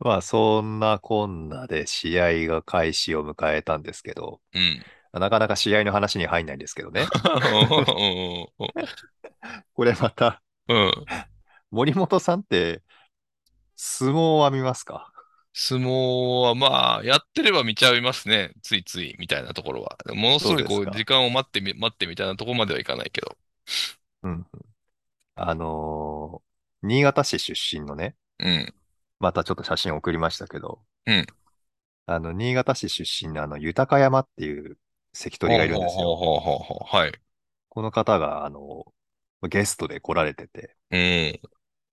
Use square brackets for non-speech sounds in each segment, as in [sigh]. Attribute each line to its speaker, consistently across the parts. Speaker 1: まあ、そんなこんなで試合が開始を迎えたんですけど、
Speaker 2: うん。
Speaker 1: なかなか試合の話に入んないんですけど
Speaker 2: [laughs]
Speaker 1: ね。
Speaker 2: う
Speaker 1: これまた、
Speaker 2: ん。
Speaker 1: 森本さんって、相撲は見ますか
Speaker 2: 相撲はまあ、やってれば見ちゃいますね。ついつい、みたいなところは。ものすごいこ
Speaker 1: そう
Speaker 2: う
Speaker 1: です、か
Speaker 2: 時間を待ってみ、待ってみたいなところまではいかないけど。
Speaker 1: うんうん。あのー新潟市出身のね、
Speaker 2: うん。
Speaker 1: またちょっと写真送りましたけど、
Speaker 2: うん
Speaker 1: あの、新潟市出身のあの、豊山っていう関取がいるんですよ。
Speaker 2: ほうほうほうほうほうはい。
Speaker 1: この方が、あのゲストで来られてて、
Speaker 2: うん。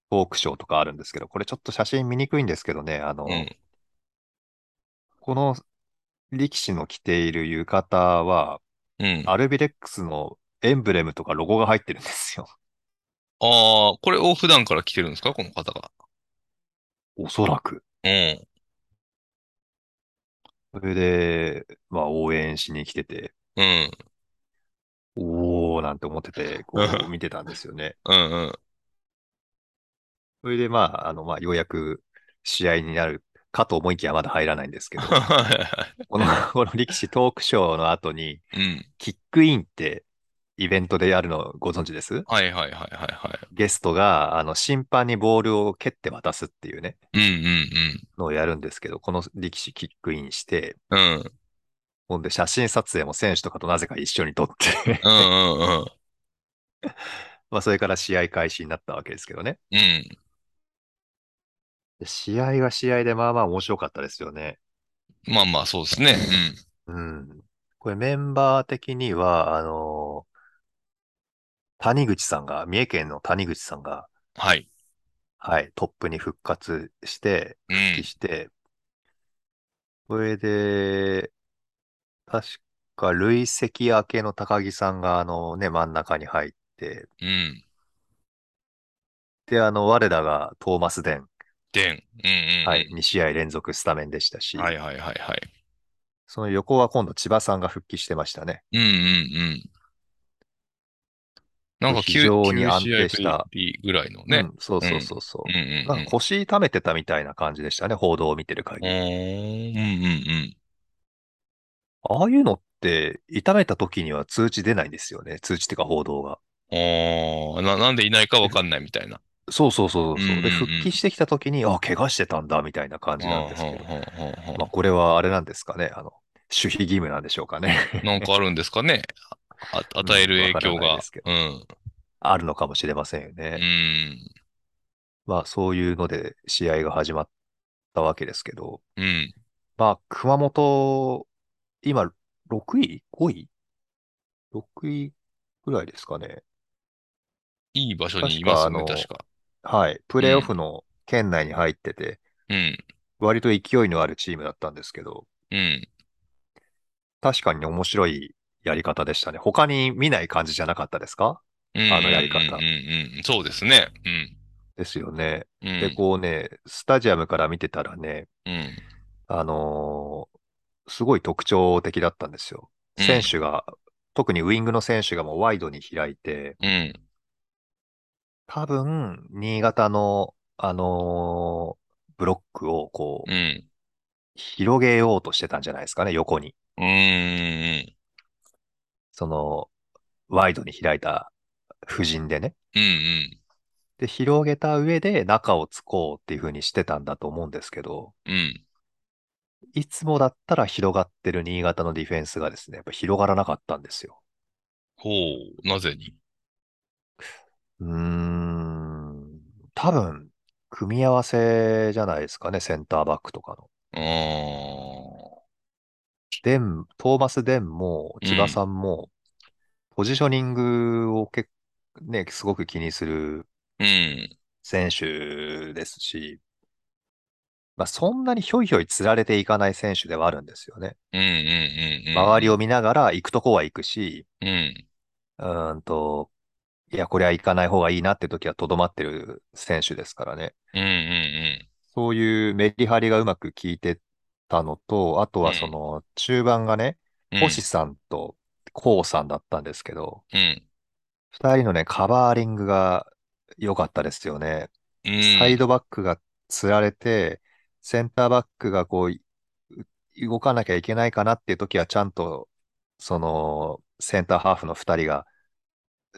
Speaker 1: トークショーとかあるんですけど、これちょっと写真見にくいんですけどね、あの、
Speaker 2: うん。
Speaker 1: この力士の着ている浴衣は、
Speaker 2: うん。あ
Speaker 1: アルビレックスのエンブレムとかロゴが入ってるんですよ。
Speaker 2: あー、これを普段から着てるんですかこの方が。
Speaker 1: [laughs] おそらく。
Speaker 2: うん。
Speaker 1: それで、まあ応援しに来てて、
Speaker 2: うん。
Speaker 1: おーなんて思ってて、こ
Speaker 2: う
Speaker 1: う見てたんですよね。
Speaker 2: うん。うん。
Speaker 1: それでまあ、あの、まあようやく試合になるかと思いきやまだ入らないんです [laughs] けど、この、この力士トークショーの後に、
Speaker 2: うん。
Speaker 1: キックインってイベントでやるのご存知です
Speaker 2: はいはいはいはいは
Speaker 1: ゲストが、あの、審判にボールを蹴って渡すっていうね、
Speaker 2: い。うんうん
Speaker 1: のをやるんですけど、この力士キックインして、
Speaker 2: うん。うん。
Speaker 1: ほんで写真撮影も選手とかとなぜか一緒に撮って、 [laughs]
Speaker 2: うんうんうん。
Speaker 1: まあそれから試合開始になったわけですけどね。
Speaker 2: うん。
Speaker 1: で試合は試合でまあまあ面白かったですよね。
Speaker 2: まあまあ、そうですね。
Speaker 1: うん。これメンバー的には、あの谷口さんが、三重県の谷口さんが、
Speaker 2: うん。はい。
Speaker 1: はい、トップに復活して、
Speaker 2: う
Speaker 1: 復帰
Speaker 2: ん。
Speaker 1: して、それで、確か累積明けの高木さんが、あのね、真ん中に入って、
Speaker 2: うん。
Speaker 1: で、あの、我らがトーマス・デン、
Speaker 2: でん。うんうん。
Speaker 1: はい、。2試合連続スタメンでしたし、
Speaker 2: はいはいはいはい。
Speaker 1: その横は今度千葉さんが復帰してましたね。
Speaker 2: うんうんうん。なんか
Speaker 1: 非
Speaker 2: 9、
Speaker 1: 常に
Speaker 2: 9
Speaker 1: 安
Speaker 2: 試合
Speaker 1: 定した
Speaker 2: ぶりぐらいのね。
Speaker 1: うん、そうそうそうそうう。
Speaker 2: んうん
Speaker 1: なんか腰痛めてたみたいな感じでしたね、報道を見てる限
Speaker 2: うん。う
Speaker 1: り。
Speaker 2: ーんうんうん
Speaker 1: ああいうのって、痛めた時には通知出ないんですよね、通知っていうか報道が。
Speaker 2: うん。ああ、な、なんでいないかわかんないみたいな。
Speaker 1: そうそうそうそう。
Speaker 2: うんうんう
Speaker 1: で、
Speaker 2: ん
Speaker 1: 復帰してきた時に、あ、怪我してたんだ、みたいな感じなんですけど。まあ、これはあれなんですかね。あの、守秘義務なんでしょうかね。 [laughs]
Speaker 2: なんかあるんですかね。あ、あ与える影響
Speaker 1: うんわからない
Speaker 2: が
Speaker 1: ですけ。
Speaker 2: うん。
Speaker 1: あるのかもしれませんよ
Speaker 2: う
Speaker 1: ね。
Speaker 2: ん。
Speaker 1: まあ、そういうので試合が始まったわけですけど、
Speaker 2: うん。
Speaker 1: まあ、熊本、今、6位 ?5 位 ?6 位ぐらいですかね。
Speaker 2: いい場所にいますね、確
Speaker 1: 確
Speaker 2: か。
Speaker 1: はい。プレーオフの圏内に入ってて、
Speaker 2: うん。
Speaker 1: 割と勢いのあるチームだったんですけど、
Speaker 2: うん。
Speaker 1: 確かに面白いやり方でしたね。他に見ない感じじゃなかったですか
Speaker 2: うん
Speaker 1: あのやり方
Speaker 2: うんうんうん。そうですね。うん。
Speaker 1: ですよね。
Speaker 2: うん。
Speaker 1: で、こうね、スタジアムから見てたらね、
Speaker 2: うん。
Speaker 1: あのーすごい特徴的だったんですよ。
Speaker 2: うん
Speaker 1: 選手が、特にウィングの選手がもうワイドに開いて、
Speaker 2: うん。
Speaker 1: 多分、新潟の、あのーブロックをこう、
Speaker 2: うん。
Speaker 1: 広げようとしてたんじゃないですかね、横に。
Speaker 2: うーん。
Speaker 1: その、ワイドに開いた布陣でね。
Speaker 2: うんうん。
Speaker 1: で、広げた上で中を突こうっていう風にしてたんだと思うんですけど、
Speaker 2: うん。
Speaker 1: いつもだったら広がってる新潟のディフェンスがですね、やっぱ広がらなかったんですよ。
Speaker 2: ほう。なぜに
Speaker 1: うーん、多分、組み合わせじゃないですかね、センターバックとかの。
Speaker 2: あー
Speaker 1: デン、トーマス・デンも、千葉さんも、ポジショニングをけね、すごく気にする
Speaker 2: うん。
Speaker 1: 選手ですし、まあ、そんなにひょいひょい釣られていかない選手ではあるんですよね。
Speaker 2: うんうんうんうん。
Speaker 1: 周り
Speaker 2: を。
Speaker 1: を見ながら行くとこは行くし、
Speaker 2: うん。
Speaker 1: うーんと、いや、これは行かない方がいいなって時はとどまってる選手ですからね。
Speaker 2: うんうん
Speaker 1: そういうメリハリがうまく効いてたのと、あとはその中盤がね、
Speaker 2: うん。
Speaker 1: 星さんとコウさんだったんですけど、
Speaker 2: うん。
Speaker 1: 二人のね、カバーリングが良かったですよね。
Speaker 2: うん。
Speaker 1: サイドバックがつられて、センターバックがこう、う動かなきゃいけないかなっていう時は、ちゃんと、その、センターハーフの2人が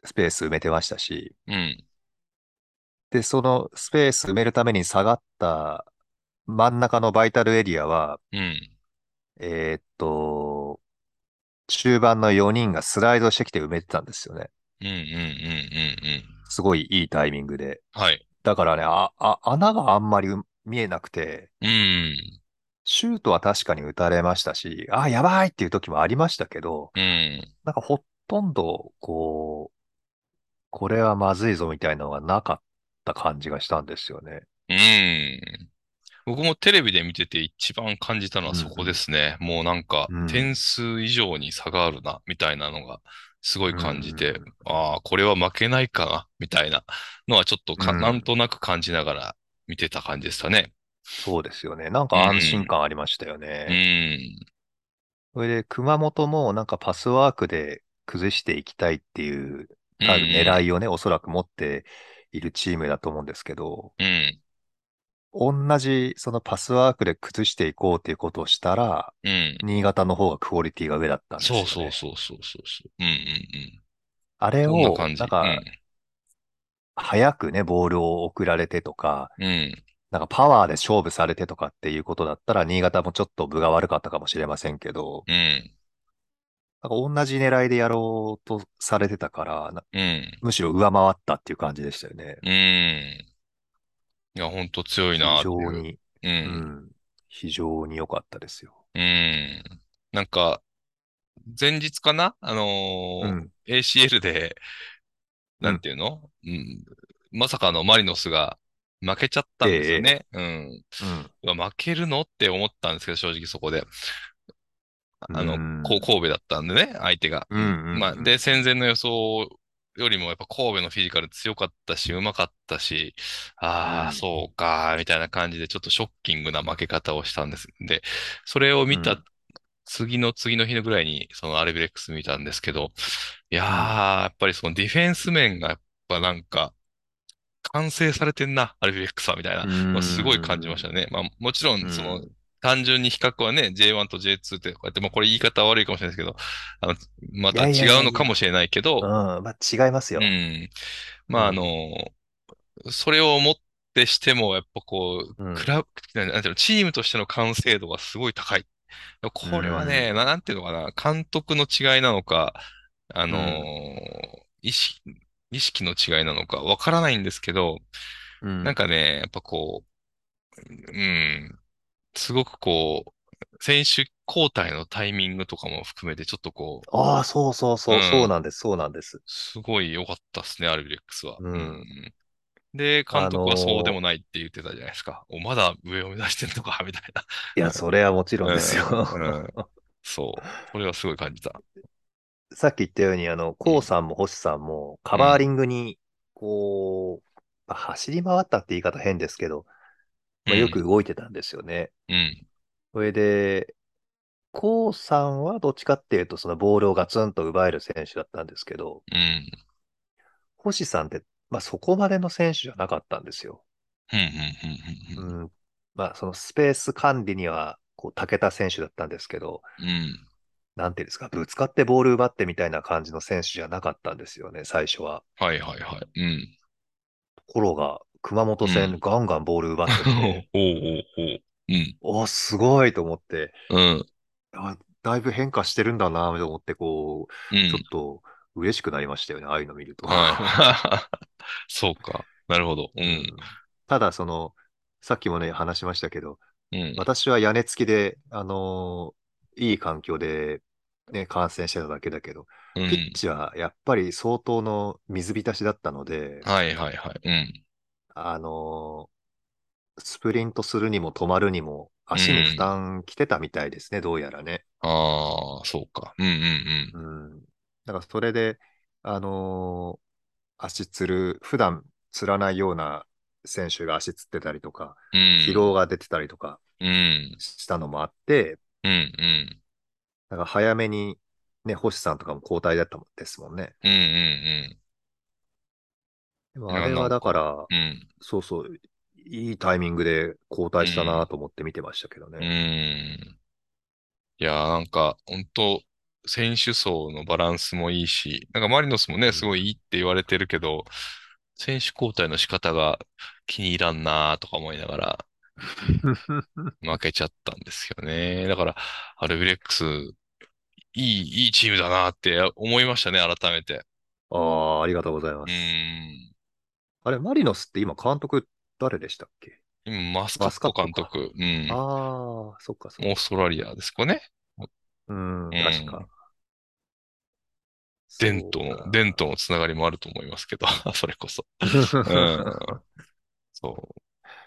Speaker 1: スペース埋めてましたし、
Speaker 2: うん。
Speaker 1: で、そのスペース埋めるために下がった真ん中のバイタルエリアは、
Speaker 2: うん。
Speaker 1: えーっと、中盤の4人がスライドしてきて埋めてたんですよね。
Speaker 2: うんうんうんうんうん。
Speaker 1: すごいいいタイミングで。
Speaker 2: はい。
Speaker 1: だからね、あ、あ、穴があんまり見えなくて、
Speaker 2: うん。
Speaker 1: シュートは確かに打たれましたし、あ、やばいっていう時もありましたけど、
Speaker 2: うん。
Speaker 1: なんかほとんど、こう、これはまずいぞみたいなのがなかった感じがしたんですよね。
Speaker 2: うん。僕もテレビで見てて一番感じたのはそこですね。もうなんか
Speaker 1: うん
Speaker 2: 点数以上に差があるな、みたいなのがすごい感じて、
Speaker 1: うん
Speaker 2: ああ、これは負けないかな、みたいなのはちょっとか
Speaker 1: うん
Speaker 2: なんとなく感じながら見てた感じでしたね。
Speaker 1: そうですよね。なんか安心感ありましたよね。
Speaker 2: う
Speaker 1: そ
Speaker 2: ん。
Speaker 1: れで、熊本もなんかパスワークで崩していきたいっていう、ある
Speaker 2: い。
Speaker 1: 狙いをね、おそらく持っているチームだと思うんですけど、
Speaker 2: うん。
Speaker 1: 同じそのパスワークで崩していこうっていうことをしたら、
Speaker 2: うん。
Speaker 1: 新潟の方がクオリティが上だったんですよ
Speaker 2: そ
Speaker 1: ね。
Speaker 2: うそうそうそうそうそう。うんうん
Speaker 1: あれ
Speaker 2: うん。そんな
Speaker 1: を、
Speaker 2: 感じ。
Speaker 1: なんか、早くね、ボールを送られてとか、
Speaker 2: うん。うん。
Speaker 1: なんかパワーで勝負されてとかっていうことだったら、新潟もちょっと分が悪かったかもしれませんけど、
Speaker 2: うん。
Speaker 1: なんか同じ狙いでやろうとされてたから、な
Speaker 2: うん。
Speaker 1: むしろ上回ったっていう感じでしたよね。
Speaker 2: うん。いや、ほんと強いなって
Speaker 1: 非
Speaker 2: いう
Speaker 1: 常に、
Speaker 2: う。
Speaker 1: うんん、非常に良かったですよ。
Speaker 2: うん。なんか、前日かなあの
Speaker 1: う
Speaker 2: ー、
Speaker 1: ん、
Speaker 2: ACL で、なんていうのうん。まさかのマリノスが負けちゃったんですよね。うん。
Speaker 1: うん。
Speaker 2: うわ負けるのって思ったんですけど、正直そこで。あ
Speaker 1: う
Speaker 2: の、
Speaker 1: ん
Speaker 2: こう神戸だったんでね、相手が。
Speaker 1: うんうんうん
Speaker 2: まあ、で、戦前の予想よりもやっぱ神戸のフィジカル強かったし、うまかったし、ああ、
Speaker 1: うん
Speaker 2: そうか、みたいな感じで、ちょっとショッキングな負け方をしたんです。で、それを見
Speaker 1: う
Speaker 2: た
Speaker 1: ん
Speaker 2: 次の次の日のぐらいに、そのアルビレックス見たんですけど、いやー、やっぱりそのディフェンス面がやっぱなんか、完成されてんな、アルビレックスは、みたいな。まあすごい感じましたね。まあ、もちろん、その、
Speaker 1: うん
Speaker 2: 単純に比較はね、J1 と J2 って、こうやって、まあ、これ言い方悪いかもしれないですけど、あの、また
Speaker 1: いやいやいやい
Speaker 2: 違
Speaker 1: や
Speaker 2: うのかもしれないけ
Speaker 1: う
Speaker 2: ど、
Speaker 1: ん、まあ違いますよ。
Speaker 2: うん。まあ、あ
Speaker 1: うん
Speaker 2: の、それをもってしても、やっぱこう、
Speaker 1: うん
Speaker 2: クラブ、なんなんていうの、チームとしての完成度がすごい高い。これはね、ななんていうのかな、監督の違いなのか、あのー意識、意識の違いなのか、わからないんですけど、
Speaker 1: うん
Speaker 2: なんかね、やっぱこう、うん、すごくこう、選手交代のタイミングとかも含めて、ちょっとこう、
Speaker 1: ああ、そうそうそうう、
Speaker 2: ん
Speaker 1: そうなんです、そうなんです。
Speaker 2: すごい良かったっすね、アルビレックスは。
Speaker 1: うん
Speaker 2: んで、監督は
Speaker 1: あのー
Speaker 2: そうでもないって言ってたじゃないですか。お、まだ上を目指してんのか、みたいな。
Speaker 1: いや、それはもちろんですよ。
Speaker 2: うんうんそう。これはすごい感じた。
Speaker 1: [laughs] さっき言ったように、あの、コウさんも星さんもカバーリングに、こう、まあ走り回ったって言い方変ですけど、まあ、
Speaker 2: うん
Speaker 1: よく動いてたんですよね。
Speaker 2: うん。
Speaker 1: それで、コウさんはどっちかっていうと、そのボールをガツンと奪える選手だったんですけど、
Speaker 2: うん。
Speaker 1: 星さんって、まあ、そこまでの選手じゃなかったんですよ。
Speaker 2: うん。う。
Speaker 1: うんん。まあ、そのスペース管理には、こう、長けた選手だったんですけど、
Speaker 2: うん。うん。
Speaker 1: なんていうんですか、ぶつかってボール奪ってみたいな感じの選手じゃなかったんですよね、最初は。
Speaker 2: はいはいはい。
Speaker 1: [laughs]
Speaker 2: うん。
Speaker 1: ところが、熊本
Speaker 2: うん
Speaker 1: 戦、ガンガンボール奪って
Speaker 2: [laughs]
Speaker 1: て、
Speaker 2: おうおうおう。うん。
Speaker 1: おーすごいと思って、
Speaker 2: うん。
Speaker 1: あだいぶ変化してるんだなと思って、こ
Speaker 2: う
Speaker 1: う、
Speaker 2: ん
Speaker 1: ちょっ。と嬉しくなりましたよね、ああいうの見ると。
Speaker 2: はい。 [laughs] そうか。なるほど。
Speaker 1: う
Speaker 2: う。
Speaker 1: んん [laughs] ただ、その、さっきもね、話しましたけど、
Speaker 2: うん。
Speaker 1: 私は屋根付きで、あのーいい環境で、ね、観戦してただけだけど、
Speaker 2: う
Speaker 1: ピ
Speaker 2: ん
Speaker 1: ッ。チはやっぱり相当の水浸しだったので、
Speaker 2: はいはいはい。うん。
Speaker 1: あのースプリントするにも止まるにも、足に負担きてたみたいですね、どうやらね。
Speaker 2: ああ、そうか。うんうん
Speaker 1: うん。だからそれで、あのー足つる、普段つらないような選手が足つってたりとか、
Speaker 2: うん。うん。
Speaker 1: 疲労が出てたりとか
Speaker 2: うん。
Speaker 1: したのもあって、
Speaker 2: うんうん。
Speaker 1: なんか早めに、ね、星さんとかも交代だったもんですもんね。
Speaker 2: うんうん
Speaker 1: でも
Speaker 2: いや
Speaker 1: あれはだから、
Speaker 2: うん。うん。
Speaker 1: そうそう、いいタイミングで交代したなと思って見てましたけど
Speaker 2: う
Speaker 1: ね。
Speaker 2: ーん。いやー、なんか、本当選手層のバランスもいいし、なんかマリノスも
Speaker 1: う
Speaker 2: ね、
Speaker 1: ん
Speaker 2: すごいいいって言われてるけど、選手交代の仕方が気に入らんなーとか思いながら、負けちゃったんですよね。だから、アルビレックス、いい、いいチームだなって思いましたね、改めて。
Speaker 1: ああ、ありがとうございうます。
Speaker 2: ーん。
Speaker 1: あれ、マリノスって今監督誰でしたっけ
Speaker 2: 今、マスカット監督。うん。
Speaker 1: ああ、そっかそっ
Speaker 2: オーストラリアですかね。
Speaker 1: か。うん、
Speaker 2: ん
Speaker 1: 確か。
Speaker 2: 伝統
Speaker 1: そうか [laughs]
Speaker 2: の、[laughs] 伝統のつながりもあると思いますけど、それこそ。うんそう。